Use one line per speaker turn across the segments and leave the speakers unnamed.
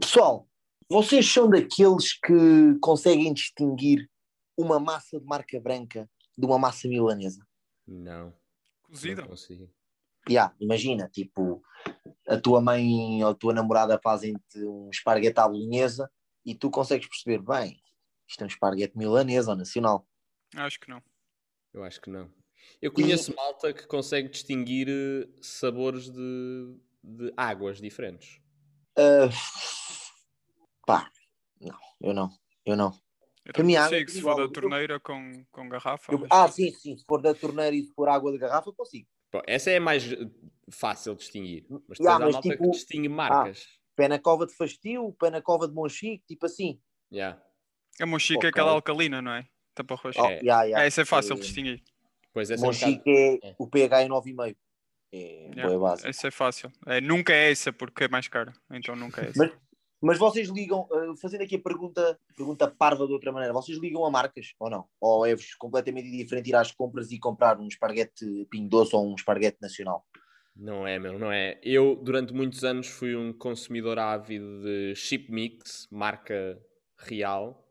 Pessoal, vocês são daqueles que conseguem distinguir uma massa de marca branca de uma massa milanesa?
Não.
Cozida.
Não consigo.
Yeah, imagina, tipo, a tua mãe ou a tua namorada fazem-te um esparguete à bolonhesa e tu consegues perceber, bem, isto é um esparguete milanês ou nacional.
Acho que não.
Eu acho que não. Eu conheço malta que consegue distinguir eh, sabores de, de águas diferentes.
Ah, pá, não, eu não, eu não.
Eu
Para mim,
também
água
consigo,
é
se
igual.
for da
Eu-
torneira com, com garrafa.
Eu-
mas- é
ah, sim, sim, se for da torneira e se for água de garrafa, consigo.
Bom, essa é a mais eh, fácil de distinguir. Mas depois
Yeah,
há
mas
malta que
tipo-
distingue marcas.
Pé na cova de Fastio, pé na cova de Monchique, tipo assim.
Yeah.
A mochica
Ok.
é aquela alcalina, não é? Tampa roxa.
Oh,
É.
yeah, yeah.
É, essa é fácil de
Eh,
distinguir.
Pois essa é um bocado-
Monchique é
é.
o pH é 9,5. É
Yeah.
boa base.
Essa é fácil. É, nunca é essa porque é mais cara. Então nunca é essa.
Mas- Mas vocês ligam, eh, fazendo aqui a pergunta, pergunta parva de outra maneira, vocês ligam a marcas ou não? Ou é-vos completamente diferente ir às compras e comprar um esparguete pinho doce ou um esparguete nacional?
Não é, meu, não é. Eu, durante muitos anos, fui um consumidor ávido de Chip Mix, marca real,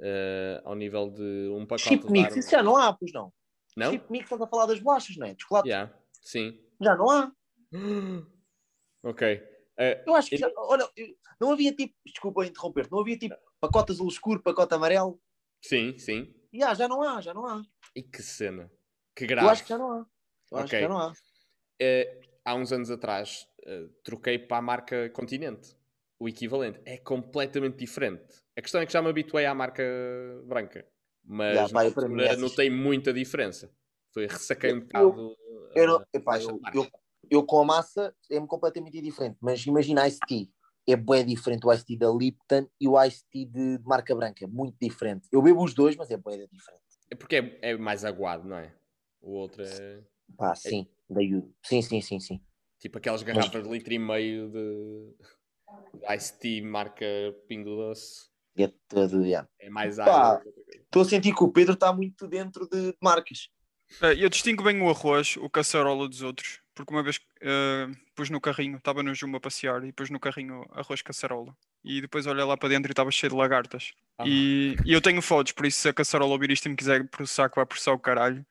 eh, ao nível de um pacote
Chip
de
mix,
Darwin.
isso já não há, pois não?
Não?
Chip mix, estás a falar das bolachas, não é? De chocolate,
Yeah, sim.
já não há.
ok. Eh,
Eu acho que já, olha, eu- não havia tipo, desculpa interromper, não havia tipo pacote azul escuro, pacote amarelo,
sim, sim.
e há, já não há, já não há.
E que cena. Que
Eu
grave.
acho que já não há. Eu acho
Ok.
que já não há.
Eh, há uns anos atrás, eh, troquei para a marca Continente. O equivalente. É completamente diferente. A questão é que já me habituei à marca branca. Mas
Já, pá,
na
eu para mim
altura
essas-
notei muita diferença. Foi ressaquei um
Eu-
bocado.
Eu, não,
eh,
epá,
essa
eu,
marca.
eu, eu com a massa é-me completamente diferente, mas imagina Ice Tea. É bem diferente o Ice Tea da Lipton e o Ice Tea de, de marca branca, muito diferente. Eu bebo os dois, mas é bem diferente.
É porque é, é mais aguado, não é? O outro é
Pá, sim, da Yudo. Sim, sim, sim, sim.
tipo aquelas garrafas de litro e meio de Ice Tea marca Pingo Doce.
É todo, yeah.
É mais
Pá.
água.
Estou a sentir que o Pedro está muito dentro de, de marcas.
Eh, Eu distingo bem o arroz, o caçarola dos outros, porque uma vez eh, pus no carrinho, estava no Jumbo a passear e pus no carrinho arroz caçarola. E depois olhei lá para dentro e estava cheio de lagartas.
Ah.
E, e eu tenho fotos, por isso se a caçarola ouvir isto e me quiser processar, que vai processar o caralho.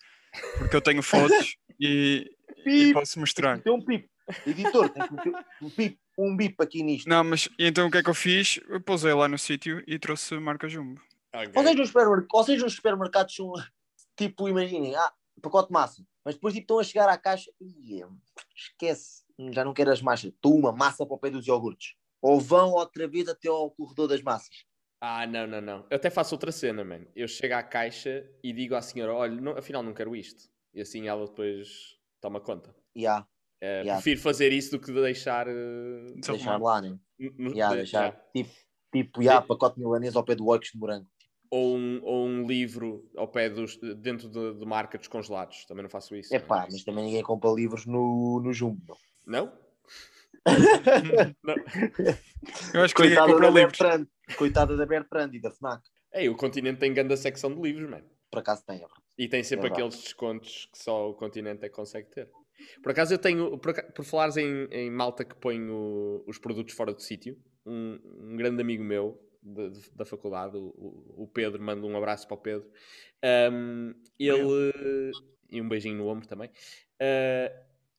Porque eu tenho fotos e, e posso mostrar.
Tem um pip. Editor, tem que meter um pip, um bip aqui nisto.
Não, mas e então o que é que eu fiz? Eu pousei lá no sítio e trouxe marca Jumbo.
Ok.
Vocês nos, um supermer- vocês nos supermercados são tipo, imaginem, ah, pacote de massa, mas depois tipo, estão a chegar à caixa e esquece, já não quero as massas, estou uma massa para o pé dos iogurtes. Ou vão outra vez até ao corredor das massas.
Ah, não, não, não. Eu até faço outra cena, mano. Eu chego à caixa e digo à senhora: olha, não- afinal não quero isto. E assim ela depois toma conta.
E há,
Eh,
Yeah.
Prefiro fazer isso do que deixar. eh,
deixar
Desarrumado.
lá, né?
no- no-
E há,
de-
deixar.
já.
Tipo, tipo e há,
Sim.
pacote milanês ao pé do Oix de morango.
Ou, um, ou um livro ao pé dos, dentro de, de marca dos congelados. Também não faço isso.
É
não.
pá, mas também ninguém compra livros no, no Jumbo. não.
Não?
Hum. Eu acho que ninguém
Coitada
compra
da
livros.
Bertrand. Coitada da Bertrand e da FNAC.
Ei, o Continente tem grande secção de livros, mano.
Por acaso tem, é verdade.
E tem sempre
É verdade.
aqueles descontos que só o Continente é que consegue ter. Por acaso eu tenho, por, aca- por falares em, em malta que põe o- os produtos fora do sítio, um, um grande amigo meu de- de- da faculdade, o- o, o Pedro, mando um abraço para o Pedro. Um, ele. E um beijinho no ombro também. Uh,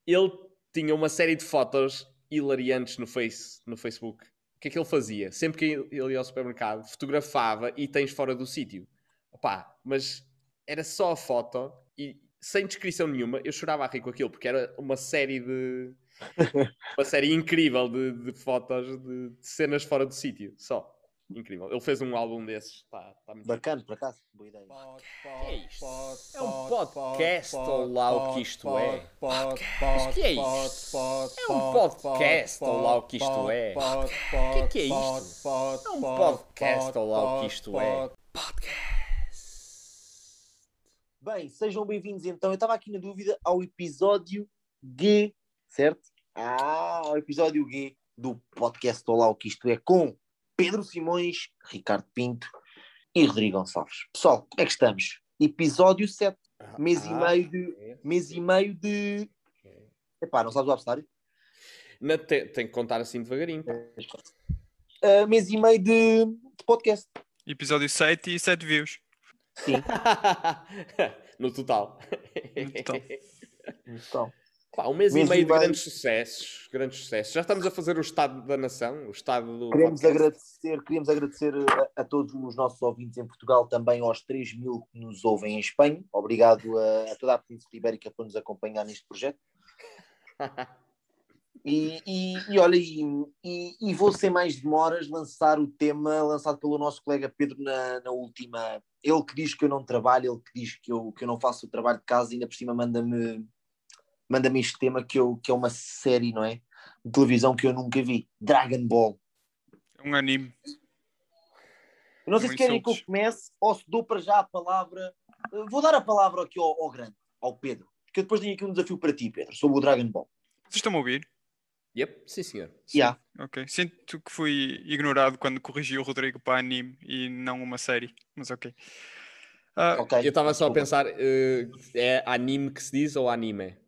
ele tinha uma série de fotos hilariantes no, face, no Facebook. O que é que ele fazia? Sempre que ele- ele ia ao supermercado, fotografava e tens fora do sítio. Opá, mas era só a foto e sem descrição nenhuma, eu chorava a rir com aquilo, porque era uma série de. uma série incrível de, de fotos de, de cenas fora do sítio, só. Incrível. Ele fez um álbum desses, está tá muito
Bacana, por acaso. Boa ideia.
que é isto? É um podcast ou lá o que isto é? Mas que é isto? É um podcast ou lá o que isto é? Que que é isto? É um podcast ou lá o que isto é?
Bem, sejam bem-vindos então. Eu estava aqui na dúvida ao episódio G, certo? Ah, ao episódio G do podcast Olá o que isto é com Pedro Simões, Ricardo Pinto e Rodrigo Gonçalves. Pessoal, como é que estamos? Episódio 7, mês e
Ah.
meio de mês e meio de Epá, não sabes o abecedário?
Na te- Tenho que contar assim devagarinho. pá.
ah, mês e meio de, de podcast.
Episódio 7 e 7 views.
no total.
É. No total.
Então,
Pá, um mês
Mês
e meio
e
de
meio.
grandes sucessos, grandes sucessos. Já estamos a fazer o estado da nação, o estado do.
queremos
podcast.
agradecer, queremos agradecer a, a todos os nossos ouvintes em Portugal, também aos 3 mil que nos ouvem em Espanha. Obrigado a, a toda a Península Ibérica por nos acompanhar neste projeto. E, e, e olha, e, e, e vou sem mais demoras lançar o tema lançado pelo nosso colega Pedro na, na última. Ele que diz que eu não trabalho, ele que diz que eu, que eu não faço o trabalho de casa, ainda por cima manda-me manda me este tema que, eu, que é uma série, não é? De televisão que eu nunca vi: Dragon Ball.
É Um anime.
Eu não sei se
Muitos
querem que eu
outros.
comece ou se dou para já a palavra. Eh, Vou dar a palavra aqui ao, ao grande, ao Pedro, porque eu depois tenho aqui um desafio para ti, Pedro, sobre o Dragon Ball.
Vocês estão a ouvir?
Yep, sim, senhor.
Yeah.
Ok. Sinto que fui ignorado quando corrigi o Rodrigo para anime e não uma série. Mas ok. Ah,
Ok.
Eu estava só a
Desculpa.
pensar, eh, é anime que se diz ou anime?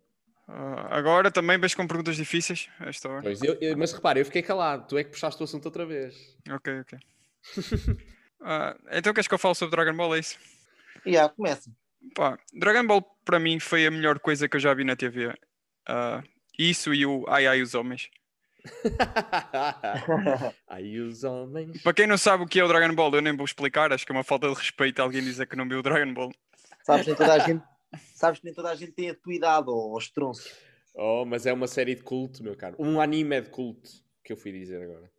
ah, agora também vais com perguntas difíceis. a Esta hora.
Pois, eu- eu- mas repara, eu fiquei calado, tu é que puxaste o assunto outra vez.
Ok, ok. Ah, então queres que eu fale sobre Dragon Ball? É isso?
Yeah, começa.
Pá, Dragon Ball para mim foi a melhor coisa que eu já vi na TV. Ah, isso e o Ai Ai os Homens.
Aí os homens.
Para quem não sabe o que é o Dragon Ball, eu nem vou explicar, acho que é uma falta de respeito alguém dizer que não viu o Dragon Ball.
Sabes, nem toda a gente, sabes que nem toda a gente tem a tua idade, ou aos tronços.
Oh, mas é uma série de culto, meu caro. Um anime é de culto, que eu fui dizer agora.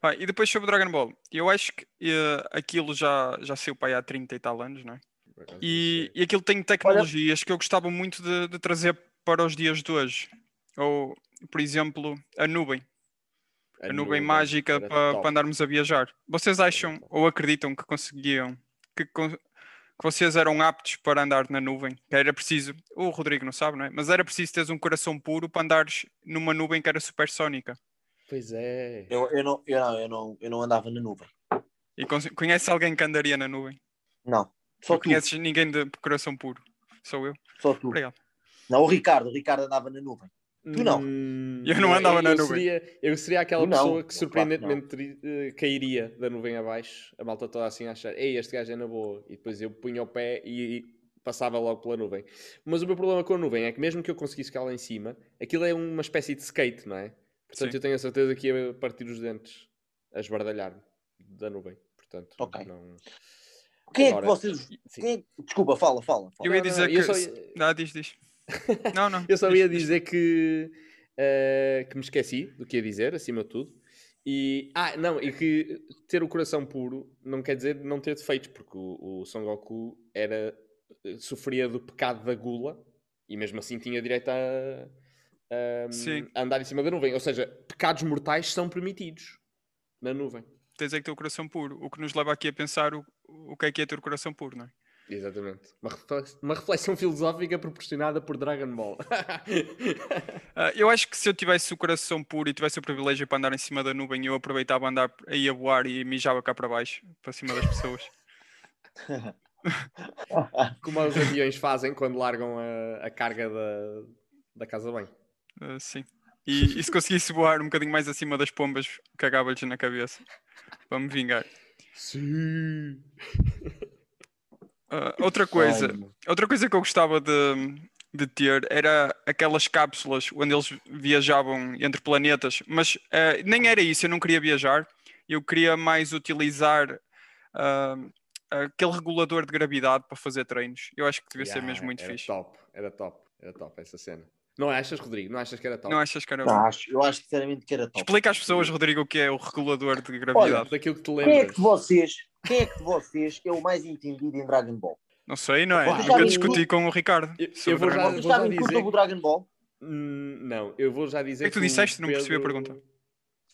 Pá, e depois sobre o Dragon Ball, eu acho que eh, aquilo já, já saiu para aí há 30 e tal anos, não é?
Por acaso,
E, e aquilo tem tecnologias que eu gostava muito de, de trazer para os dias de hoje. Ou, por exemplo, a nuvem.
não sei.
a nuvem mágica
era
para,
top.
andarmos a viajar. Vocês acham
top.
ou acreditam que conseguiam, que, con- que vocês eram aptos para andar na nuvem? Que era preciso, o Rodrigo não sabe, não é? Mas era preciso teres um coração puro para andares numa nuvem que era supersónica.
Pois é.
Eu, eu, não, eu, não, eu, não, eu não andava na nuvem.
E con- conheces alguém que andaria na nuvem?
Não. Só
Não
tu,
conheces ninguém de coração puro? Sou eu.
só tu.
Obrigado.
Não, o Ricardo, o Ricardo andava na nuvem. Tu não.
Hum,
Eu não andava na
eu
nuvem.
Seria, eu seria aquela
Tu não.
pessoa que
Claro que não.
surpreendentemente tri- eh, cairia da nuvem abaixo, a malta toda assim a achar, ei, este gajo é na boa. E depois eu punha o pé e, e passava logo pela nuvem. Mas o meu problema com a nuvem é que mesmo que eu conseguisse ficar lá em cima, aquilo é uma espécie de skate, não é? Portanto,
Sim.
eu tenho a certeza que ia partir os dentes a esbardalhar-me da nuvem. Portanto,
Ok.
não...
Quem é que
Agora,
vocês.
sim.
Quem é que- Desculpa, fala, fala. fala.
Eu ia
Não, não,
dizer
eu
que.
só
se-
ia-
Ah, diz, diz. Não, não.
Eu só
diz.
ia dizer que, eh, que me esqueci do que ia dizer, acima de tudo. E, ah, não, e que ter o coração puro não quer dizer não ter defeitos, porque o, o Son Goku era, eh, sofria do pecado da gula e mesmo assim tinha direito a, a,
Sim.
a andar em cima da nuvem. Ou seja, pecados mortais são permitidos na nuvem.
Tens é que ter o coração puro. O que nos leva aqui a pensar o, o que é que é ter o coração puro, não é?
Exatamente. Uma, reflex- uma reflexão filosófica proporcionada por Dragon Ball.
Ah, eu acho que se eu tivesse o coração puro e tivesse o privilégio para andar em cima da nuvem, eu aproveitava andar aí a voar e mijava cá para baixo, para cima das pessoas.
Ah,
Como os aviões fazem quando largam a, a carga da, da casa bem.
Ah, sim. E, e se conseguisse voar um bocadinho mais acima das pombas, cagava-lhes na cabeça. Para me vingar.
Sim.
Ah, outra coisa,
Ai,
outra coisa que eu gostava de, de ter era aquelas cápsulas onde eles viajavam entre planetas, mas ah, nem era isso, eu não queria viajar, eu queria mais utilizar ah, aquele regulador de gravidade para fazer treinos. Eu acho que devia ser mesmo muito
era
fixe.
Top, era top, era top essa cena. Não achas, Rodrigo? Não achas que era top?
Não achas que era bom?
não, acho, eu acho sinceramente que era top.
Explica às pessoas, Rodrigo, o que é o regulador de gravidade.
Daquilo que te
Quem é
lembras.
que de vocês, quem é que de vocês é o mais entendido em Dragon Ball?
Não sei, não é?
Opa,
Nunca
eu-
discuti com o Ricardo.
Eu- eu
sobre
vou
Vocês
já-
Dragon Ball.
vou já
sabem que curtam
dizer-
o Dragon Ball?
Hum, Não, eu vou já dizer
O que é que tu disseste? Não percebi a pergunta.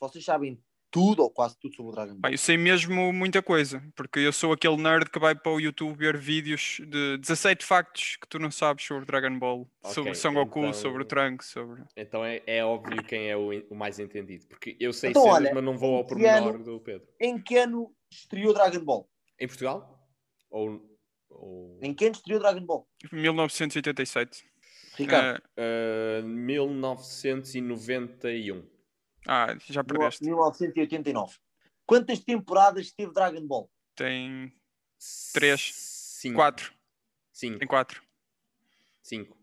Vocês sabem tudo ou quase tudo sobre o Dragon Ball?
Pá, eu sei mesmo muita coisa, porque eu sou aquele nerd que vai para o YouTube ver vídeos de 17 factos que tu não sabes sobre Dragon Ball, sobre
Ok,
Son Goku, sobre o
então-
Trunks, sobre.
Então é, é óbvio quem é o, o mais entendido. Porque eu sei
Então,
cenas,
olha,
mas não vou ao
em que ano-
pormenor do Pedro.
Em que ano estreou Dragon Ball?
Em Portugal? Ou. ou...
Em que ano estreou Dragon Ball?
1987.
Ricardo,
Eh,
Ah, 1991.
ah, já perdeste.
1989. Quantas temporadas teve Dragon Ball?
Tem Três.
Cinco.
quatro.
Cinco.
Tem quatro.
Cinco.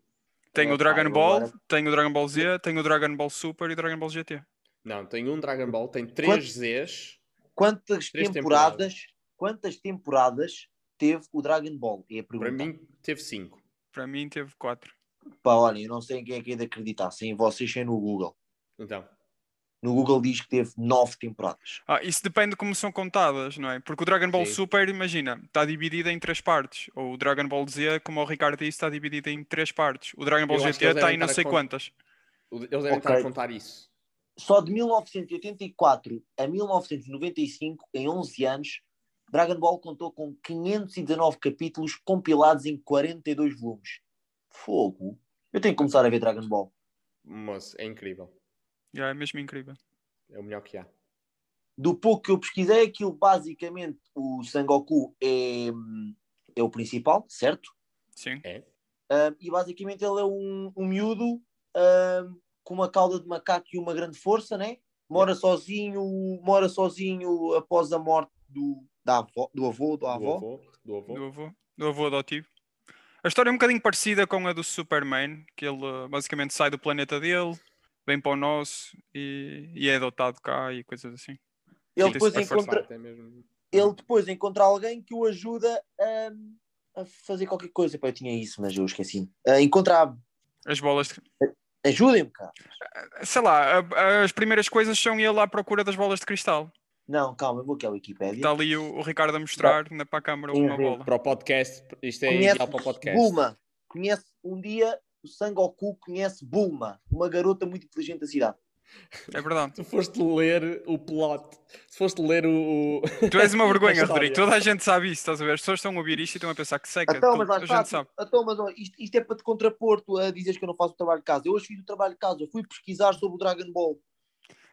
Tem
Ah,
o Dragon
pá,
Ball,
agora-
tem o Dragon Ball Z, tem o Dragon Ball Super e o Dragon Ball GT.
Não, tem um Dragon Ball, tem três
Quantos?
Zs.
Quantas
Três
temporadas, Quantas temporadas teve o Dragon Ball? É a
Para
pergunta.
mim, teve cinco.
Para mim teve quatro.
Pá, olha, eu não sei em quem é que é de acreditar, sem vocês, sem no Google.
Então,
No Google diz que teve nove temporadas.
Ah, isso depende de como são contadas, não é? Porque o Dragon Ball
Sim.
Super, imagina, está dividido em três partes. Ou o Dragon Ball Z, como o Ricardo disse, está dividido em três partes. O Dragon Ball
Eu acho que
GT
eles
está
devem
em não
estar a
sei
con-
quantas.
eles devem
Ok.
estar a contar isso.
Só de 1984 a 1995, em 11 anos, Dragon Ball contou com 519 capítulos compilados em 42 volumes. Fogo! Eu tenho que começar a ver Dragon Ball.
Moço, é incrível.
Já é mesmo incrível.
É o melhor que há.
Do pouco que eu pesquisei, aquilo basicamente o Sangoku é, é o principal, certo?
Sim.
É?
Um, e basicamente ele é um, um miúdo um, com uma cauda de macaco e uma grande força, né? Mora sozinho, mora sozinho após a morte do, da avó, do avô, do
Do
avó.
avô. Do avô.
Do avô. Do avô adotivo. A história é um bocadinho parecida com a do Superman, que ele eh, basicamente sai do planeta dele, vem para o nosso e, e é adotado cá e coisas assim.
Ele
Sim,
depois,
é forçado.
encontra,
É mesmo...
ele depois encontra alguém que o ajuda um, a fazer qualquer coisa. Pá, eu tinha isso, mas eu esqueci. Uh, encontra a-
As bolas. de-
Ajudem-me, cara.
Sei lá, a- as primeiras coisas são ele à procura das bolas de cristal.
Não, calma, eu vou aqui à Wikipédia.
Está ali o, o Ricardo a mostrar na, para a câmara uma
Sim, sim.
bola.
Para o podcast, isto é
Conhece
ideal para o podcast.
Bulma. Conhece, um dia o Sangoku conhece Bulma, uma garota muito inteligente da cidade.
É verdade.
Tu foste ler o plot. Se foste ler o. o-
Tu
É
és uma vergonha,
história.
Rodrigo. Toda a gente sabe isso, estás a ver? As pessoas estão a ouvir isto e estão a pensar que seca.
Então,
tu-
mas lá
a
está,
gente
tu-
sabe.
então, mas ó, isto, isto é para te contrapor, tu a dizes que eu não faço o trabalho de casa. Eu hoje fiz o trabalho de casa, eu fui pesquisar sobre o Dragon Ball.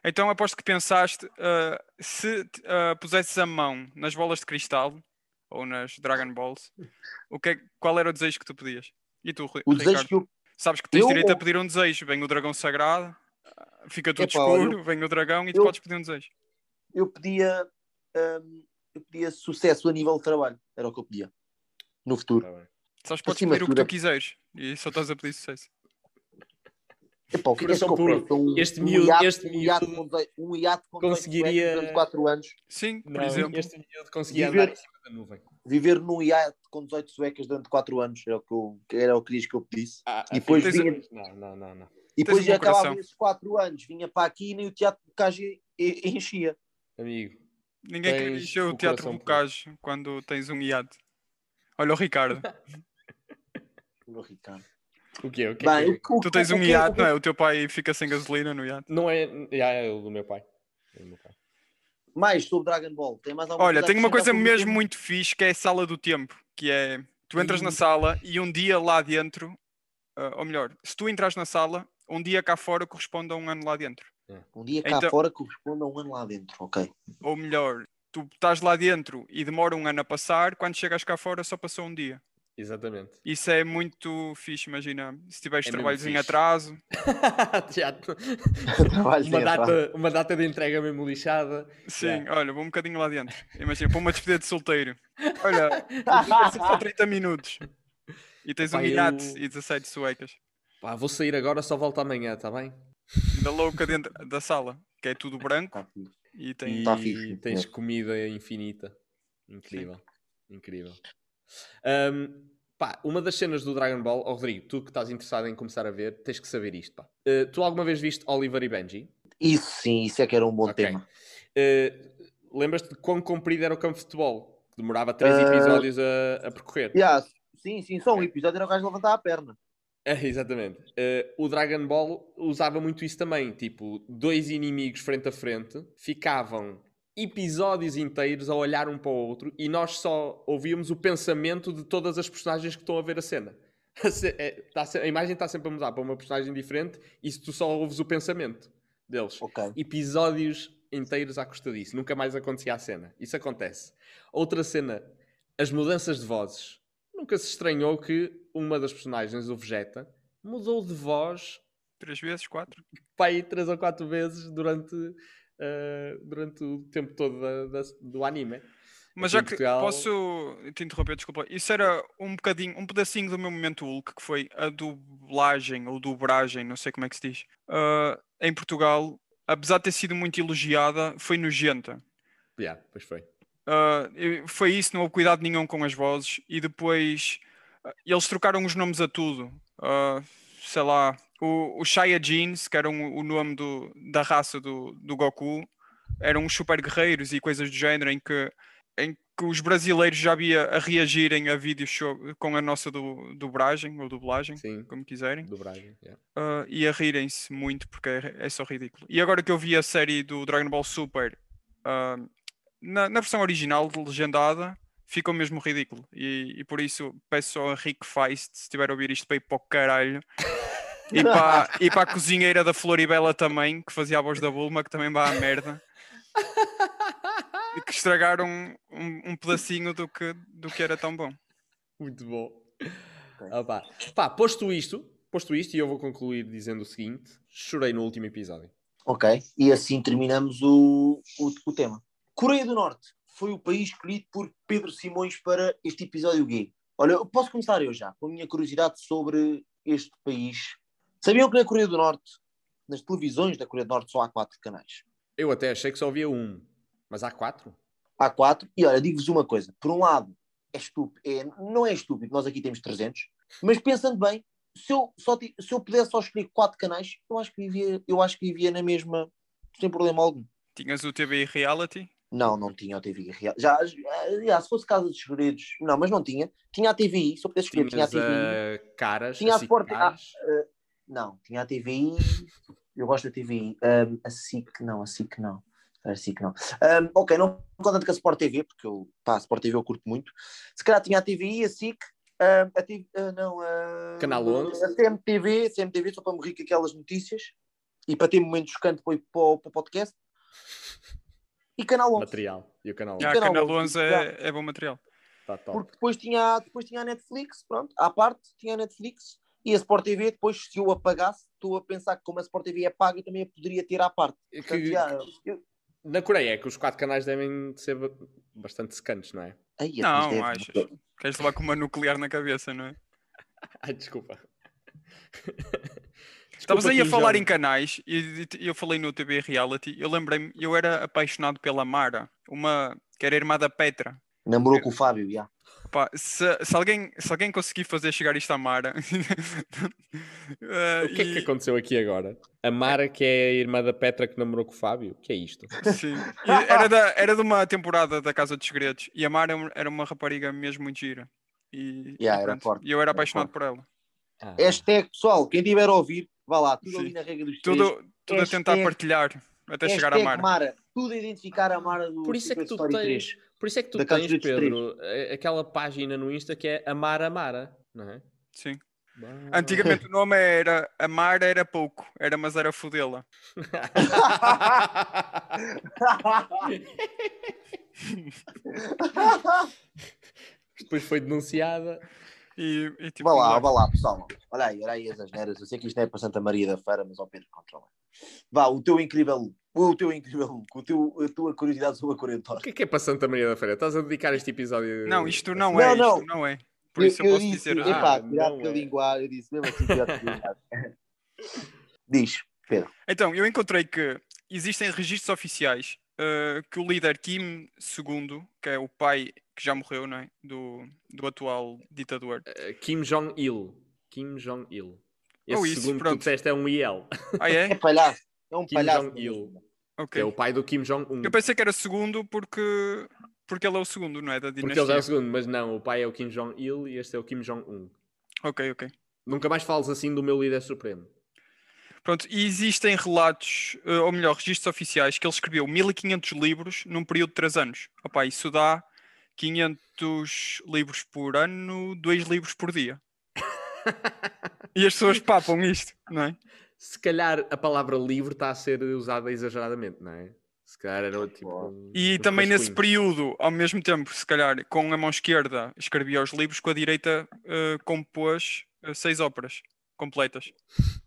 Então aposto que pensaste ah, se ah, pusesses a mão nas bolas de cristal ou nas Dragon Balls, o que é- qual era o desejo que tu pedias? E tu, Ri-
O
Ricardo,
desejo que eu.
sabes que tens
eu-
direito a pedir um desejo. Vem o dragão sagrado, ah, fica tudo
Epá, olha,
escuro, vem o dragão e tu
eu-
podes pedir um desejo.
Eu pedia. hum, eu pedia sucesso a nível de trabalho. Era o que eu pedia. No futuro.
Tá bem.
Sabes, podes
Acima
pedir o que
de tudo,
tu
é-
quiseres e só estás a pedir sucesso.
Epá, o que é que és que
Coração
eu
puro.
peço? Um-
Este
um
miúdo-
hiato-
este
um hiato
miúdo
com dezoi- Um hiato com
conseguiria-
4 anos.
Sim, por
Não,
exemplo.
este miúdo conseguia
Viver-
andar em cima da nuvem.
Viver num hiato com 18 suecas durante 4 anos. Era o que eu, era o que diz que eu pedisse.
Ah,
E depois
afinal-
vinha-
Não, não, não, não.
E
Tens
depois
um bom
já acabava
coração.
esses 4 anos. Vinha para aqui e nem o teatro de Cage enchia.
Amigo,
Ninguém quer
Tens
encher o
o
teatro
coração puro.
bocage quando tens um iate. Olha o Ricardo,
Meu Ricardo.
o quê? O quê?
Bem, o
que
que- o que-
tu tens
o
um
que- o
iate,
que-
não é? O teu pai fica sem gasolina no iate.
Não é. Já é o do meu pai. É o do meu pai.
Mais sobre Dragon Ball. Tem mais alguma
Olha,
a
tem uma coisa
acrescentar sobre o
mesmo
filme?
muito fixe que é a sala do tempo, que é tu entras na
Ih.
sala e um dia lá dentro, ah, ou melhor, se tu entras na sala, um dia cá fora corresponde a um ano lá dentro.
Um dia cá
Então-
fora corresponde a um ano lá dentro, ok?
Ou melhor, tu estás lá dentro e demora um ano a passar, quando chegas cá fora só passou um dia.
Exatamente.
Isso é muito fixe, imagina, se tiveres
É mesmo
trabalhos em
fixe.
atraso.
Já-
Trabalho
uma,
sem atraso.
data, uma data de entrega mesmo lixada.
Sim,
Yeah.
olha, vou um bocadinho lá dentro. Imagina, para uma despedida de solteiro. Olha, vai ser só 30 minutos. E tens um
Epá,
iate
eu-
e 17 suecas.
Pá, vou sair agora, só volto amanhã, está bem?
da louca dentro da sala, que é tudo branco
Tá aqui.
e tem.
E
Tá fixe, sim,
tens
senhor.
comida infinita. Incrível. Incrível. Ahm, pá, uma das cenas do Dragon Ball, oh, Rodrigo, tu que estás interessado em começar a ver, tens que saber isto. Pá. Eh, tu alguma vez viste Oliver e Benji?
Isso sim, isso é que era um bom
Ok.
tema.
Eh, Lembras-te de quão comprido era o campo de futebol? Que demorava três
Eh,
episódios a, a percorrer.
Yeah, sim, sim, só um episódio era o gajo levantar a perna.
É, exatamente. Eh, o Dragon Ball usava muito isso também. Tipo, dois inimigos frente a frente ficavam episódios inteiros a olhar um para o outro e nós só ouvíamos o pensamento de todas as personagens que estão a ver a cena. A, ce- é, tá se- a imagem está sempre a mudar para uma personagem diferente e se tu só ouves o pensamento deles.
Ok.
Episódios inteiros à custa disso. Nunca mais acontecia a cena. Isso acontece. Outra cena, as mudanças de vozes. Nunca se estranhou que uma das personagens, o Vegeta, mudou de voz
Três vezes, quatro.
para aí três ou quatro vezes durante eh, durante o tempo todo da- da- do anime. Aqui
Mas já
em
que
Portugal-
posso te interromper, desculpa. Isso era um bocadinho, um pedacinho do meu momento Hulk, que foi a dublagem ou dobragem, não sei como é que se diz, ah, em Portugal, apesar de ter sido muito elogiada, foi nojenta.
Yeah, pois foi.
Ah, e foi isso, não houve cuidado nenhum com as vozes e depois ah, eles trocaram os nomes a tudo. Ah, sei lá, o, o Saiyajins, que era um- o nome do- da raça do, do Goku, eram os super guerreiros e coisas do género em que, em que os brasileiros já havia a reagirem a vídeos sobre- com a nossa do, dobragem ou dublagem,
Sim,
como quiserem.
dobragem. yeah.
Ah, e a rirem-se muito porque é, é só ridículo. E agora que eu vi a série do Dragon Ball Super ah, na, na versão original, de legendada, ficou mesmo ridículo. E, e por isso peço ao Henrique Feist, se estiver a ouvir isto, para ir para o caralho. E para, e para a cozinheira da Floribela também, que fazia a voz da Bulma, que também vá à merda. E que estragaram um, um pedacinho do que, do que era tão bom.
Muito bom. Opa. Pá, posto isto, posto isto, e eu vou concluir dizendo o seguinte: chorei no último episódio.
Ok, e assim terminamos o, o, o tema. Coreia do Norte foi o país escolhido por Pedro Simões para este episódio gay. Olha, eu posso começar eu já, com a minha curiosidade sobre este país. Sabiam que na Coreia do Norte, nas televisões da Coreia do Norte, só há quatro canais?
Eu até achei que só havia um, mas há quatro.
Há quatro, e olha, digo-vos uma coisa: por um lado, é estúpido, é- não é estúpido, nós aqui temos 300, mas pensando bem, se eu, só ti- se eu pudesse só escolher quatro canais, eu acho que vivia, eu acho que vivia na mesma, sem problema algum.
Tinhas o TV Reality,
Não, não tinha o TVI real. Já, já, já, se fosse Casa dos Segredos, não, mas não tinha. Tinha a TVI, só pudesse escolher, tinha a
Tinhas
TVI.
a caras,
Tinha a
assim,
Sport-
caras.
Não, tinha a TVI. Eu gosto da TVI. Ahm, a SIC, não, a SIC não. A SIC não. Ahm, ok, não contando com a Sport TV, porque eu, pá, a Sport TV eu curto muito. Se calhar tinha a TVI, a SIC, ahm, a TV, ah, não, a...
Canal 11.
A CMTV, a CMTV, só para me rir com aquelas notícias e para ter momentos chocantes para, o- para o para o podcast. E Canal 11.
material. E o canal
Já.
ah,
Canal
Canal
11,
11 é, é bom material.
está top.
porque depois tinha, depois tinha a Netflix, pronto, à parte tinha a Netflix e a Sport TV, depois se eu apagasse, estou a pensar que como a Sport TV é paga, eu também a poderia ter à parte.
Que-
Portanto, já, eu-
Na Coreia é que os quatro canais devem ser ba- bastante secantes, não é?
Ai, é,
Não,
mas deve-
achas? Queres levar com uma nuclear na cabeça, não é?
Ai, desculpa.
Estavas
Desculpa,
aí a
Kim
falar
Jong.
em canais e e eu falei no TV Reality. Eu lembrei-me, eu era apaixonado pela Mara, uma que era irmã da Petra.
Namorou com o Fábio, já.
Pá, se, se alguém, se alguém conseguir fazer chegar isto à Mara. eh,
O que é que
e-
aconteceu aqui agora? A Mara, que é a irmã da Petra que namorou com o Fábio? O que é isto?
sim. E era, da, era de uma temporada da Casa dos Segredos e a Mara era um- era uma rapariga mesmo muito gira. E, e
Yeah, era
pronto,
forte,
e eu
era
era apaixonado por ela.
Ah,
Hashtag, pessoal, quem tiver a ouvir, vá lá, tudo ali
É. Sim.
na regra dos três.
Tudo, tudo a tentar
Hashtag-
partilhar até chegar à
Hashtag
Mara.
Tudo a identificar a Mara do
Por isso é que
Secret
tu
Story
tens-
3.
Por isso é que tu
Da
tens,
Casa dos Três.
Pedro, a- aquela página no Insta que é Amar Amara, não é?
Sim.
Bah.
Antigamente o nome era. A Mara era pouco, era, mas era fodê-la.
Depois foi denunciada.
E, e tipo,
Vá lá,
Mara.
vá lá, pessoal. Olha aí, olha aí as asneiras. Eu sei que isto não é para Santa Maria da Feira, mas ao Pedro controla. Vá, o teu incrível Hulk. O teu incrível Hulk. O teu, a tua curiosidade sobre a Coreia do
O
Norte.
que é que é para Santa Maria da Feira? Estás a dedicar este episódio.
Não, isto não,
Não,
é,
não.
isto não é. Por isso eu, posso
disse,
dizer.
ah,
Epá, cuidado
não
com a
é.
linguagem. Eu disse mesmo assim, cuidado com a linguagem. Diz.
Então, eu encontrei que existem registros oficiais eh, que o líder Kim II, que é o pai que já morreu, não é? Do, do atual ditador.
Eh, Kim Jong-il. Kim Jong-il. Esse
Ou Oh, isso,
segundo que
pronto.
tu disseste é um IL.
Ah,
É
é?
palhaço. É um
Kim
palhaço.
Jong-il. Que
Ok.
é o pai do Kim Jong-un.
Eu pensei que era segundo porque, porque ele é o segundo, não é? Da
Porque ele já é
dinastia.
o segundo, mas não, o pai é o Kim Jong-il e este é o Kim Jong-un.
Ok, ok.
Nunca mais fales assim do meu líder supremo.
Pronto, e existem relatos, eh, ou melhor, registros oficiais, que ele escreveu 1500 livros num período de 3 anos. Opa, isso dá 500 livros por ano, 2 livros por dia. e as pessoas papam isto, não é?
Se calhar a palavra livre está a ser usada exageradamente, não é? Se calhar era tipo.
Claro.
um-
E
um
também nesse
rascunho.
período, ao mesmo tempo, se calhar, com a mão esquerda escrevia os livros, com a direita eh, compôs eh, seis óperas completas.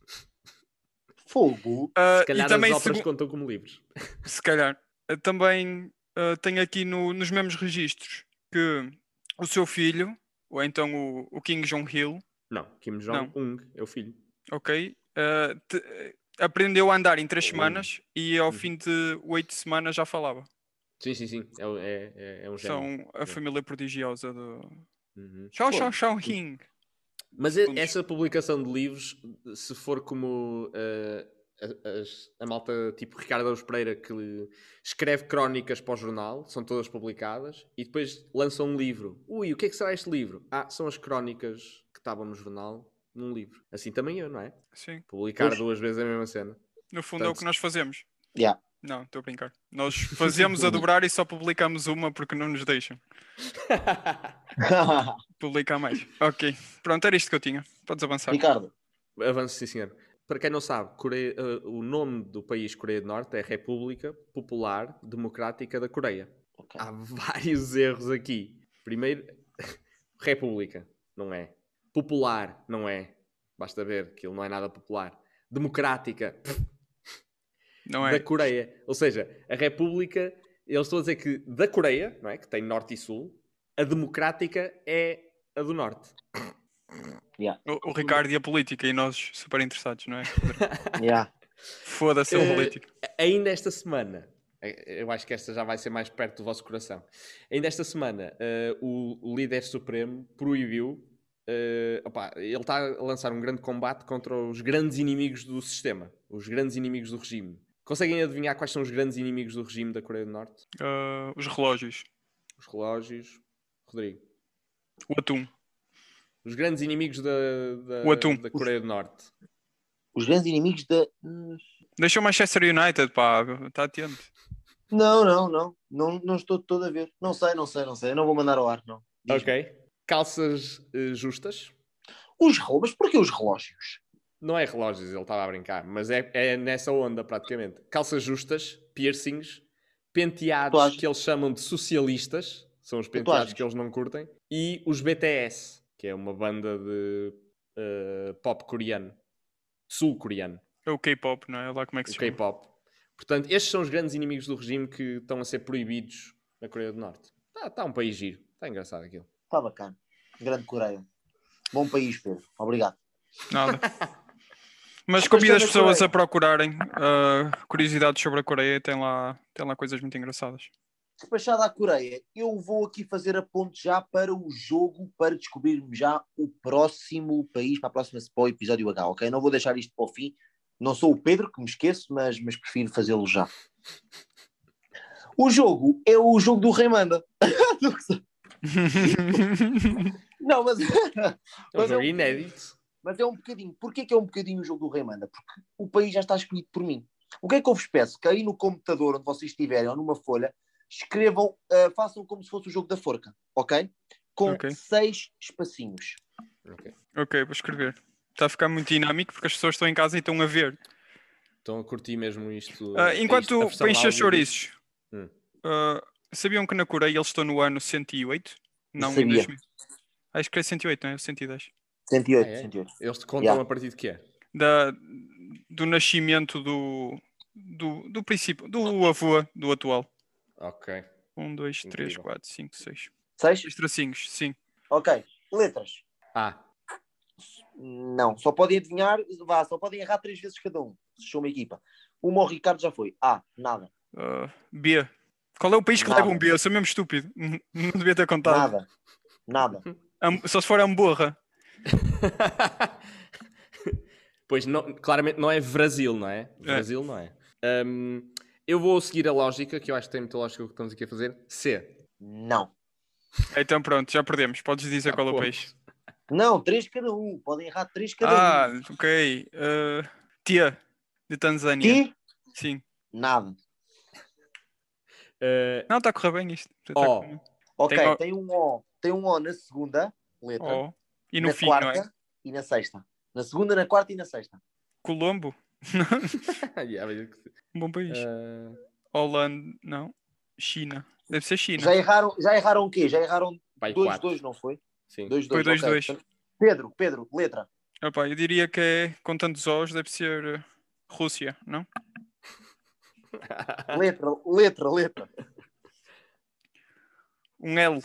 Fogo.
Ah,
Se calhar
e também,
as óperas
segu-
contam como livros.
se calhar. Ah, Também ah, tenho aqui no- nos mesmos registros que o seu filho, ou então o, o King Jong-il,
Não, Kim Jong-un é o filho.
ok? ah, te- aprendeu a andar em três
Ui.
semanas e ao
Uhum.
fim de oito semanas já falava.
Sim, sim, sim. É, o- é- é- é um gênio.
São um a
Sim.
família prodigiosa do...
Uhum.
Xiao
Pô,
Xiao Xiao Hing.
Mas e-
Vamos-
essa publicação de livros, se for como eh, a, as- a malta tipo Ricardo Aros Pereira que lhe- escreve crónicas para o jornal, são todas publicadas, e depois lançam um livro. Ui, o que é que será este livro? Ah, são as crónicas que estavam no jornal num livro. Assim também eu, não é?
Sim.
Publicar
Pois.
duas vezes a mesma cena.
No fundo é o
Portanto-
que nós fazemos.
Yeah.
Não, estou a brincar. Nós fazemos a dobrar e só publicamos uma porque não nos deixam publicar mais. Ok. Pronto, era isto que eu tinha. Podes avançar.
Ricardo,
Avanço, sim, senhor. Para quem não sabe, Coreia- eh, o nome do país Coreia do Norte é República Popular Democrática da Coreia.
ok.
Há vários erros aqui. Primeiro, República, não é. Popular, não é. Basta ver que ele não é nada popular. Democrática, pff,
Não
da
é?
Coreia. Ou seja, a República, eles estão a dizer que da Coreia, não é? Que tem Norte e Sul, a Democrática é a do Norte.
O, o Ricardo e a política e nós super interessados, não é?
Yeah.
Foda-se a
Eh,
política.
ainda esta semana, eh, eu acho que esta já vai ser mais perto do vosso coração. Ainda esta semana, eh, o o líder supremo proibiu. eh, opá, ele está a lançar um grande combate contra os grandes inimigos do sistema, os grandes inimigos do regime. Conseguem adivinhar quais são os grandes inimigos do regime da Coreia do Norte?
Ah, os relógios.
Os relógios. Rodrigo.
O atum.
Os grandes inimigos da, da-
O atum.
da Coreia do Norte.
Os grandes inimigos da.
Deixa o Manchester United, pá. Está atento.
Não, não, não. Não, não estou todo a ver. Não sei, não sei, não sei. Eu não vou mandar ao ar, não. Diz-me.
Ok. Calças eh, justas.
Os relógios, porquê os relógios?
Não é relógios, ele estava a brincar, mas é, é nessa onda praticamente. Calças justas, piercings, penteados
Tatuagens.
que eles chamam de socialistas, são os
Tatuagens.
penteados que eles não curtem, e os BTS, que é uma banda de eh, pop coreano, sul-coreano,
É o K-pop, não é? É lá como é que
o
se chama.
K-pop. Portanto, estes são os grandes inimigos do regime que estão a ser proibidos na Coreia do Norte. Está um país giro, está engraçado aquilo.
Está Tá bacana. Grande Coreia. Bom país, Pedro. Obrigado.
Nada. Mas
Depois
convido as
da
pessoas
Coreia.
a procurarem ah, curiosidades sobre a Coreia. Tem lá, tem lá coisas muito engraçadas.
Despachado à Coreia, eu vou aqui fazer a ponte já para o jogo, para descobrirmos já o próximo país, para, a próxima, para o episódio H, ok? Não vou deixar isto para o fim. Não sou o Pedro, que me esqueço, mas, mas prefiro fazê-lo já. O jogo é o jogo do Rei Manda. Não sei. Não, mas
É um
Mas eu-
jogo inédito.
Mas é um bocadinho. Porquê que é um bocadinho o jogo do Rei Manda? Porque o país já está escolhido por mim. O que é que eu vos peço? Que aí no computador onde vocês estiverem ou numa folha, escrevam, ah, façam como se fosse o jogo da forca, ok? Com
Ok.
seis espacinhos.
Ok.
ok, vou escrever. Está a ficar muito dinâmico porque as pessoas estão em casa e estão a ver.
Estão a curtir mesmo isto.
Ah,
é isto,
enquanto
a versão
para encher
áudio disto.
chouriços,
Hum.
ah, sabiam que na Coreia eles estão no ano 108? Não, em
Sabia.
2000. Acho que é 108, não é? 110.
108,
Ah, é?
108.
Eles te contam
Yeah.
a partir de que é.
Da, do nascimento do, do, do princípio, do avô do atual.
Ok.
1, 2, 3,
Incrível.
4, 5, 6.
Seis?
Os tracinhos, sim.
Ok. Letras?
Ah,
Não. Só podem adivinhar, vá, só podem errar três vezes cada um. Se sou uma equipa. Uma ao Ricardo já foi. Ah, nada.
Ah, B. Qual é o país que
Nada.
leva um B? Eu sou mesmo estúpido. Não devia ter contado.
Nada. Nada.
Am- Só se for Amborra.
pois não, claramente não é Brasil, não é? Brasil não é. Ahm, eu vou seguir a lógica, que eu acho que tem muita lógica o que estamos aqui a fazer. C.
Não.
Então pronto, já perdemos. Podes dizer
Ah,
qual é o
pô.
país.
Não, três cada um. Podem errar três cada
Ah,
um.
ok. Uh, tia, de Tanzânia.
Que?
Sim.
Nada.
Ah,
Não, está a correr bem isto. Tá- tá
Oh,
O.
correndo.
Ok,
Tem
tem,
O.
um O. Tem um O na segunda letra,
Oh. E
então,
no
na
fim,
quarta
não é?
e na sexta. Na segunda, na quarta e na sexta.
Colombo,
Yeah, mas eu que sei.
um bom
Eh.
país.
Ah,
Holanda, não. China. Deve ser China.
Já erraram, já erraram o quê? Já erraram
vai
2-2,
quatro.
não foi?
Sim.
2-2.
Foi dois,
ok.
dois.
Pedro, Pedro, letra.
Opa, eu diria que é, contando os olhos, deve ser uh, Rússia, não?
Letra, letra, letra.
Um L.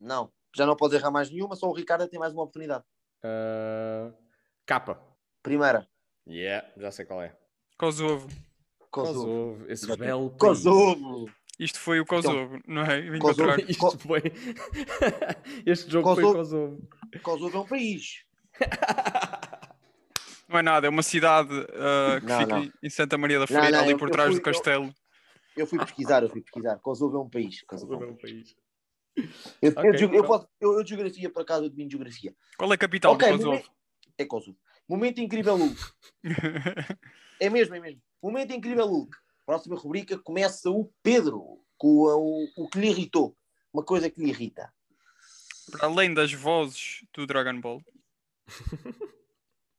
Não, já não podes errar mais nenhuma, só o Ricardo tem mais uma oportunidade.
Ah, capa.
Primeira,
Yeah, já sei qual é.
Kosovo.
Kosovo.
Kosovo. Esse é um belo país.
Kosovo.
Isto foi o Kosovo, não é? Vim
Então, Kosovo.
para trás.
Co-
Isto foi... este jogo foi
Kosovo.
Kosovo.
Kosovo é um país.
Não é nada, é uma cidade ah, que
Não,
fica
não.
em Santa Maria da
Não,
Feira,
não,
ali
eu-
por
eu
trás
fui-
do castelo.
Eu fui pesquisar, eu fui pesquisar. Kosovo é um país. Kosovo é um
Kosovo é
país.
um país.
Eu,
Ok,
eu, eu,
pronto.
posso- eu- eu de geografia, por acaso, eu domino geografia.
Qual é a capital
Ok,
do Kosovo?
É Kosovo. Momento incrível, Hulk. É mesmo, é mesmo. Momento incrível, Hulk. Próxima rubrica começa o Pedro com a- o, o que lhe irritou. Uma coisa que lhe irrita.
Para além das vozes do Dragon Ball.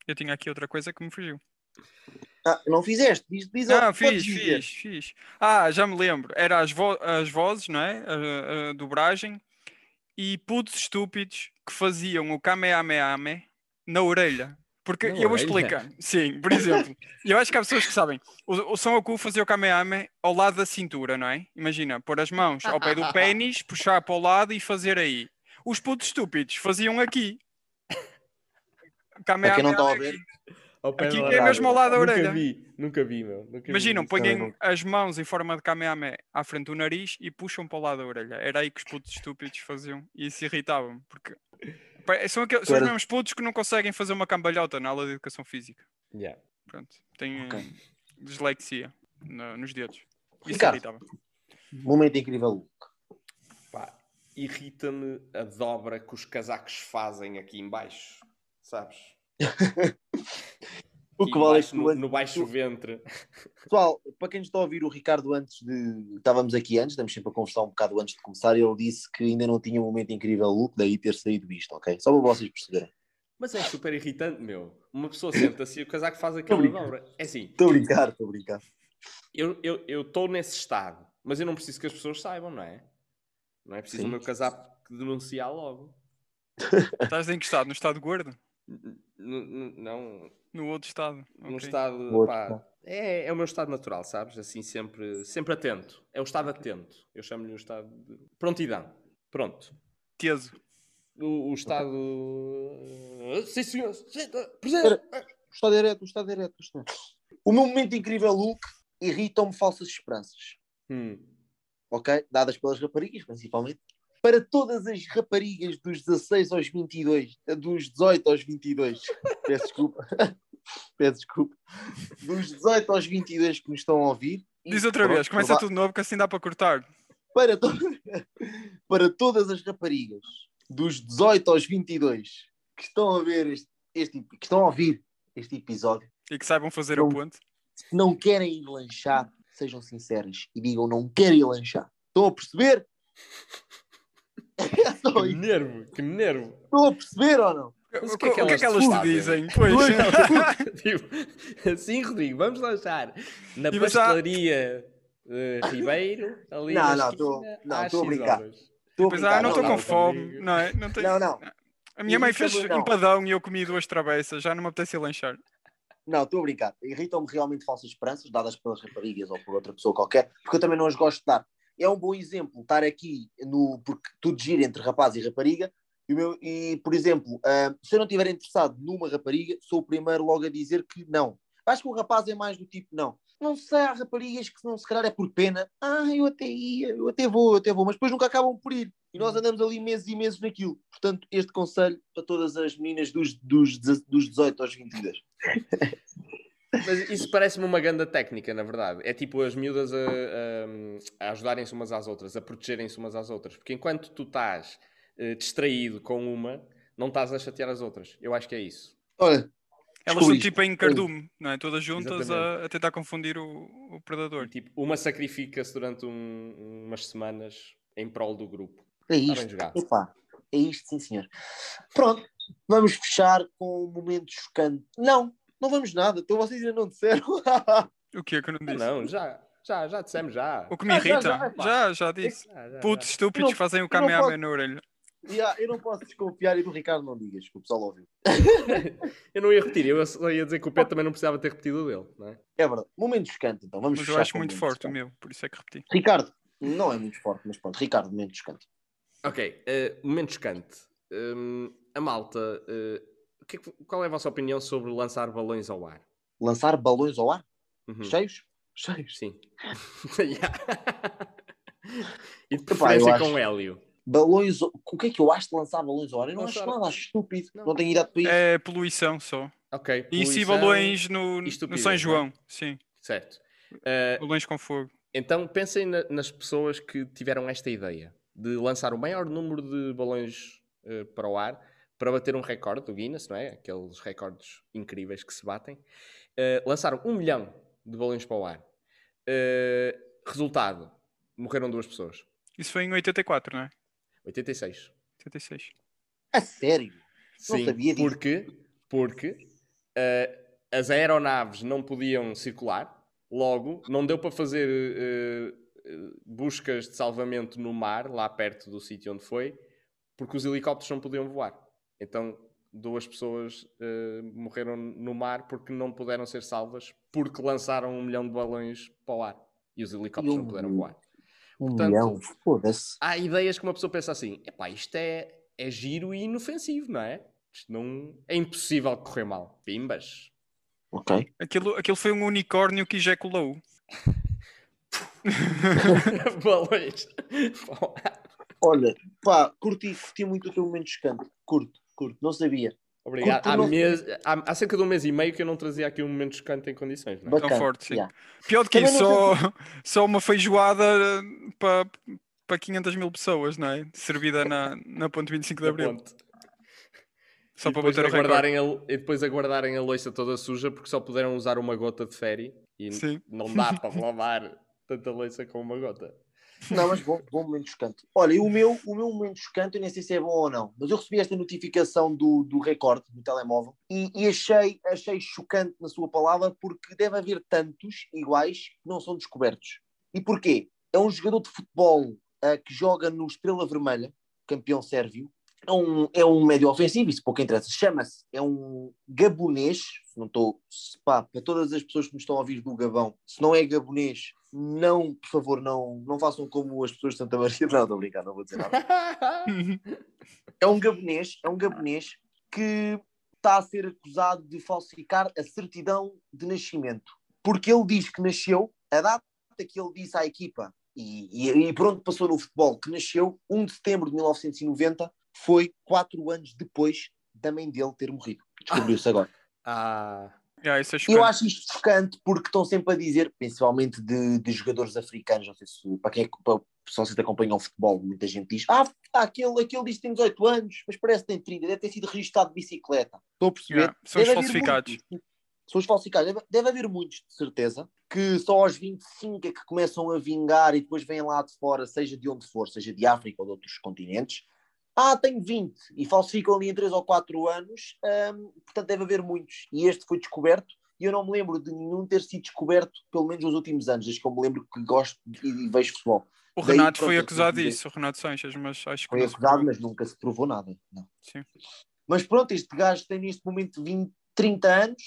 Eu tinha aqui outra coisa que me fugiu.
Ah, não fizeste? Diz, diz
Ah,
podes
fiz,
dizer.
fiz, fiz. Ah, já me lembro. Era as, vo- as vozes, não é? A, a dobragem. E putos estúpidos que faziam o kamehameha na orelha. Porque
Na
eu vou
orelha?
explicar. Sim, por exemplo. eu acho que há pessoas que sabem. O, o São Aku fazia o kamehameha ao lado da cintura, não é? Imagina, pôr as mãos ao pé do pênis, puxar para o lado e fazer aí. Os putos estúpidos faziam aqui.
Para quem É não está a
Kamehameha
ver,
Ao pé
Aqui
da
que é
orelha.
mesmo ao lado da
Nunca
orelha.
vi, nunca vi, meu. Nunca vi
Imaginam,
isso também
põem
nunca.
as mãos em forma de kamehameha à frente do nariz e puxam para o lado da orelha. Era aí que os putos estúpidos faziam e isso irritava-me, porque pa- são, aqueles, são os
Claro.
mesmos putos que não conseguem fazer uma cambalhota na aula de educação física.
Yeah.
Pronto, têm
Ok.
eh, dislexia na- nos dedos. Isso
Ricardo.
irritava.
Momento incrível, Hulk.
Pá, irrita-me a dobra que os casacos fazem aqui em baixo, sabes?
O que vale é que
Aqui em baixo,
tu
no,
antes-
no baixo ventre.
Pessoal, para quem nos está a ouvir, o Ricardo, antes de. Estávamos aqui antes, estamos sempre a conversar um bocado antes de começar, e ele disse que ainda não tinha um momento incrível Hulk, daí ter saído isto, ok? Só para vocês perceberem.
Mas é super irritante, meu. Uma pessoa senta-se e o casaco faz aquela
Obrigado.
dobra. É assim,
Estou a brincar, estou a brincar.
eu eu estou nesse estado, mas eu não preciso que as pessoas saibam, não é? Não é preciso
Sim.
o meu casaco que denunciar logo.
Estás em que estado? No estado gordo?
N- n- Não,
No outro estado?
num
Ok.
estado.
Boa,
pá,
tá.
é, é o meu estado natural, sabes? Assim, sempre, sempre atento. É o estado atento. Eu chamo-lhe o estado de prontidão. Pronto.
Teso.
O, o estado. Ah, Sim, senhor. Sim, tá, Presente.
Está direto, está direto. Está. O meu momento incrível Hulk irritam-me falsas esperanças,
Hum.
ok? Dadas pelas raparigas, principalmente. Para todas as raparigas dos 16 aos 22, dos 18 aos 22, peço desculpa, peço desculpa, dos 18 aos 22 que nos estão a ouvir. e
Diz outra
pronto,
vez, começa
prova-
tudo novo que assim dá para cortar.
para, to- para todas as raparigas dos 18 aos 22 que estão a ver este, este que estão a ouvir este episódio,
E que saibam fazer
Não.
a ponte.
se não querem ir lanchar, sejam sinceras e digam não querem ir lanchar. Estão a perceber? É só
Que
isso.
nervo, que nervo.
Estão a perceber ou não?
Mas
O que, o que é que elas
fazem?
dizem? Pois.
tipo, assim, Rodrigo, vamos lanchar. Na
E mas há-
pastelaria eh, Ribeiro,
Tipo, Não,
ali na
não,
esquina,
tô- não,
às
tô a
seis
brincar.
horas.
Estou a
Pois
brincar,
ah, não estou
não,
com
não,
fome,
comigo.
não é? Não tenho-
Não, não,
A minha mãe
é
Irrita-me,
fez
não.
um padão e eu comi duas travessas, já não me apetecia lanchar.
não, estou a brincar. Irritam-me realmente falsas esperanças dadas pelas raparigas ou por outra pessoa qualquer, porque eu também não as gosto de dar. É um bom exemplo estar aqui no. porque tudo gira entre rapaz e rapariga. E, o meu- e, por exemplo, ah, se eu não estiver interessado numa rapariga, sou o primeiro logo a dizer que não. Acho que o rapaz é mais do tipo não. Não sei, há raparigas que não, se calhar é por pena. Ah, eu até ia, eu até vou, eu até vou, mas depois nunca acabam por ir. E nós andamos ali meses e meses naquilo. Portanto, este conselho para todas as meninas dos, dos, dos 18 aos 22.
Mas isso parece-me uma grande técnica, na verdade. É tipo as miúdas a, a- a ajudarem-se umas às outras, a protegerem-se umas às outras. Porque enquanto tu estás eh, distraído com uma, não estás a chatear as outras. Eu acho que é isso.
Olha, Descobri
Elas estão
isto.
tipo em cardume, não é? Todas juntas
Exatamente.
a, a tentar confundir o, o predador.
Tipo, uma sacrifica-se durante um- umas semanas em prol do grupo.
é
Está bem
isto.
jogado.
Epá, é isto, sim, senhor. Pronto, vamos fechar com um momento chocante. Não, não vamos nada, então vocês ainda não disseram.
O que é que eu não
Ah,
disse?
Não, já, já, já dissemos já.
O que me
Ah, já,
irrita?
já,
Já,
pá.
já, disse.
Já, já, já.
Putos estúpidos
não-
que fazem o
não
kamehameha
posso-
na orelha.
Yeah, eu não posso desconfiar e do Ricardo não digas, que o pessoal ouviu.
Eu não ia repetir, eu só ia dizer que o Pedro também não precisava ter repetido o dele, não é?
É verdade. Momento escante, então. Vamos
Mas eu
fechar
acho
com o
muito
momento
forte o
chocante.
meu, por isso é que repeti.
Ricardo, não é muito forte, mas pronto. Ricardo, momento escante.
Ok, eh, momento chocante. Hum, a malta, eh, o que é que- qual é a vossa opinião sobre lançar balões ao ar?
Lançar balões ao ar?
Uhum,
Cheios? Cheios.
Sim. Yeah. e de
Epá, eu
preferência
acho-
com hélio.
Balões. ao- O que é que eu acho de lançar balões ao ar? Eu não
Lançar-
acho nada, acho estúpido.
Não.
Não, tenho idade para isso.
É poluição só.
Ok.
E se
poluição,
balões no,
e
no
estupidez, não
São
é?
João, sim.
Certo. Eh,
Balões com fogo.
Então pensem na- nas pessoas que tiveram esta ideia de lançar o maior número de balões eh, para o ar para bater um recorde do Guinness, não é? Aqueles recordes incríveis que se batem. Eh, lançaram um milhão de balões para o ar. Eh, resultado: morreram duas pessoas.
Isso foi em 84, não é?
86.
86.
A sério. Não
Sim,
sabia disso.
porque, porque eh, as aeronaves não podiam circular, logo não deu para fazer eh, eh, buscas de salvamento no mar, lá perto do sítio onde foi, porque os helicópteros não podiam voar. Então duas pessoas eh, morreram no mar porque não puderam ser salvas, porque lançaram um milhão de balões para o ar e os helicópteros não
Eu-
puderam voar.
Um
Portanto-
milhão, foda-se.
Há ideias que uma pessoa pensa assim: epá, isto é, é giro e inofensivo, não é? Isto não é impossível correr mal. Pimbas.
Ok.
Aquilo, aquilo foi um unicórnio que ejaculou.
Balões.
Olha, pá, curti, curti muito o teu momento escante. Curto, curto, não sabia.
Obrigado.
Curto
Há,
não-
mes- há, há cerca de um mês e meio que eu não trazia aqui um momento chocante em condições, não é?
Bacana.
forte, sim.
yeah.
Pior do que
Também
isso,
não
só, só uma feijoada eh, para para 500 mil pessoas, não é? Servida na, na ponte 25
É
de
Da
Abril.
ponte.
Só
e,
para
depois
bater a recorde.
aguardarem a, e depois aguardarem a loiça toda suja porque só puderam usar uma gota de féri e n-
Sim.
não dá para lavar tanta loiça com uma gota.
Não, mas bom, bom momento escante. Olha, e o meu, o meu momento escante, eu nem sei se é bom ou não, mas eu recebi esta notificação do, do recorde no telemóvel e, e achei, achei chocante na sua palavra porque deve haver tantos iguais que não são descobertos. E porquê? É um jogador de futebol ah, que joga no Estrela Vermelha, campeão sérvio, é um, é um médio ofensivo, isso pouco interessa. Chama-se, é um gabonês. se Não estou, se pá, para todas as pessoas que me estão a ouvir do Gabão, se não é gabonês, não, por favor, não, não façam como as pessoas de Santa Maria. Não, estou a brincar, não vou dizer nada. É um gabonês, é um gabonês que está a ser acusado de falsificar a certidão de nascimento, porque ele diz que nasceu, a data que ele disse à equipa e, e, e pronto, passou no futebol, que nasceu 1 de setembro de 1990, foi quatro anos depois da mãe dele ter morrido. Descobriu-se agora.
Ah,
Yeah, isso é
Eu
chocante.
acho isto chocante porque estão sempre a dizer, principalmente de, de jogadores africanos, não sei se para quem é que para, só se acompanham o futebol, muita gente diz: Ah, aquele, aquele diz que tem 18 anos, mas parece que tem 30, deve ter sido registado de bicicleta. Estou a perceber.
Yeah, São os
Deve haver
falsificados.
muitos. São os falsificados. Deve, deve haver muitos, de certeza, que só aos 25 é que começam a vingar e depois vêm lá de fora, seja de onde for, seja de África ou de outros continentes. Ah, tenho 20 e falsificam ali em 3 ou 4 anos, hum, portanto deve haver muitos. E este foi descoberto e eu não me lembro de nenhum ter sido descoberto, pelo menos nos últimos anos, desde que eu me lembro que gosto e, e vejo futebol.
O
daí,
Renato
pronto,
foi
eu
acusado
tive-
disso, o Renato Sanches, mas acho que
Foi
não se
acusado,
provou.
mas nunca se provou nada. Não.
Sim.
Mas pronto, este gajo tem neste momento 20, 30 anos.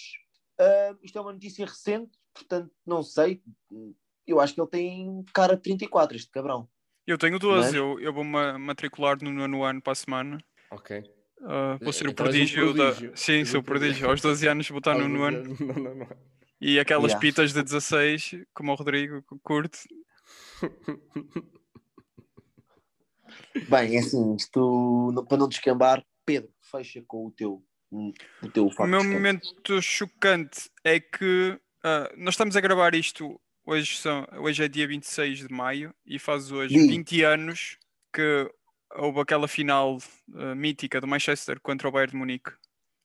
Ah, isto é uma notícia recente, portanto, não sei. Eu acho que ele tem cara de 34, este cabrão.
Eu tenho 12,
Mas-
eu, eu vou ma- matricular no nono ano para a semana.
ok.
Ah, vou ser o
Então és um
prodígio,
prodígio.
da. Sim,
És
sou
um
o prodígio. Aos 12 anos vou estar no nono ano.
Não, não, não.
E aquelas
Yeah.
pitas de 16, como o Rodrigo que curte.
Bem, é assim, isto não- para não descambar, Pedro, fecha com o teu, o teu
O
facto.
meu
de escândalo.
momento chocante é que ah, nós estamos a gravar isto hoje, são, hoje é dia 26 de maio e faz hoje
Sim.
20 anos que houve aquela final ah, mítica do Manchester contra o Bayern de Munique,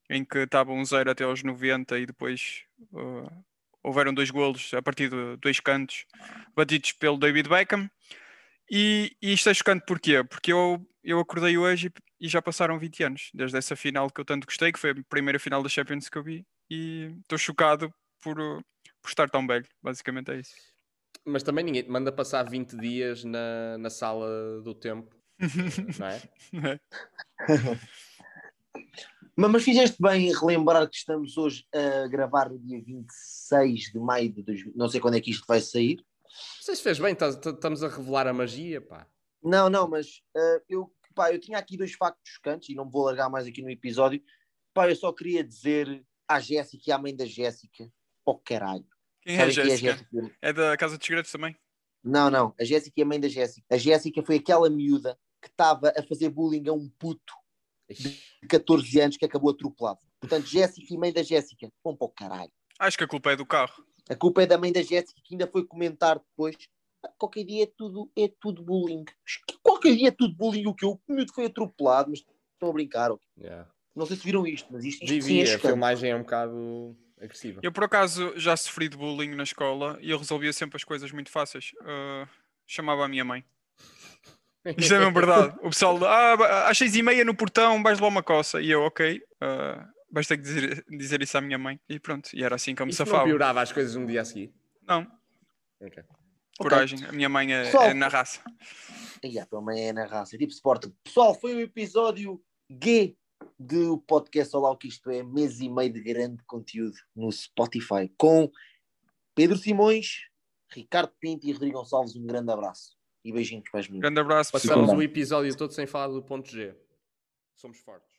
em que estava um 0 até aos 90 e depois ah, houveram dois golos a partir de dois cantos batidos pelo David Beckham. E, e isto é chocante porquê? Porque eu, eu acordei hoje e, e já passaram 20 anos desde essa final que eu tanto gostei, que foi a primeira final da Champions que eu vi, e estou chocado por, uh, por estar tão velho. Basicamente é isso.
Mas também ninguém te manda passar 20 dias na, na sala do tempo não é?
Mas, mas fizeste bem em relembrar que estamos hoje a gravar no dia 26 de maio de 2000. Não sei quando é que isto vai sair.
Vocês fez bem, tá- tá- estamos a revelar a magia, pá.
Não, não, mas ah, eu, pá, eu tinha aqui dois factos cantos e não me vou largar mais aqui no episódio. Pá, eu só queria dizer à Jéssica e à mãe da Jéssica, oh caralho.
Quem é a
Sabem quem
Jéssica? É da Casa dos Segredos também?
Não, não, a Jéssica é a mãe da Jéssica. A Jéssica foi aquela miúda que estava a fazer bullying a um puto
Ixi,
de 14 anos que acabou atropelado. Portanto, Jéssica e mãe da Jéssica, vão para o caralho.
Acho que a culpa é do carro.
A culpa é da mãe da Jéssica que ainda foi comentar depois. "Ah, Qualquer dia é tudo, é tudo bullying. Mas que- Qualquer dia é tudo bullying. O que? O miúdo foi atropelado, mas estão a brincar. ó.
yeah.
Não sei se viram isto, mas isto, isto sim é
Devia, a
chocante.
filmagem é um bocado agressiva.
Eu, por acaso, já sofri de bullying na escola e eu resolvia sempre as coisas muito fáceis. Ah, chamava a minha mãe. Isto é mesmo verdade. O pessoal, ah, ba- às seis e meia no portão, vais lá uma coça. E eu, ok, ah, vais ter que dizer, dizer isso à minha mãe. E pronto, e era assim que eu me
Isso não
safava.
piorava as coisas um dia a seguir.
Não,
Ok.
coragem. A minha mãe é,
Pessoal,
é na raça.
Ai, a tua mãe é na raça, tipo Sporting. Pessoal, foi o episódio G do podcast Olá o que isto é, mês e meio de grande conteúdo no Spotify, com Pedro Simões, Ricardo Pinto e Rodrigo Gonçalves. Um grande abraço e beijinhos para as meninas.
Grande abraço, pessoal.
Passamos
Sim,
o episódio todo sem falar do ponto G. Somos fortes.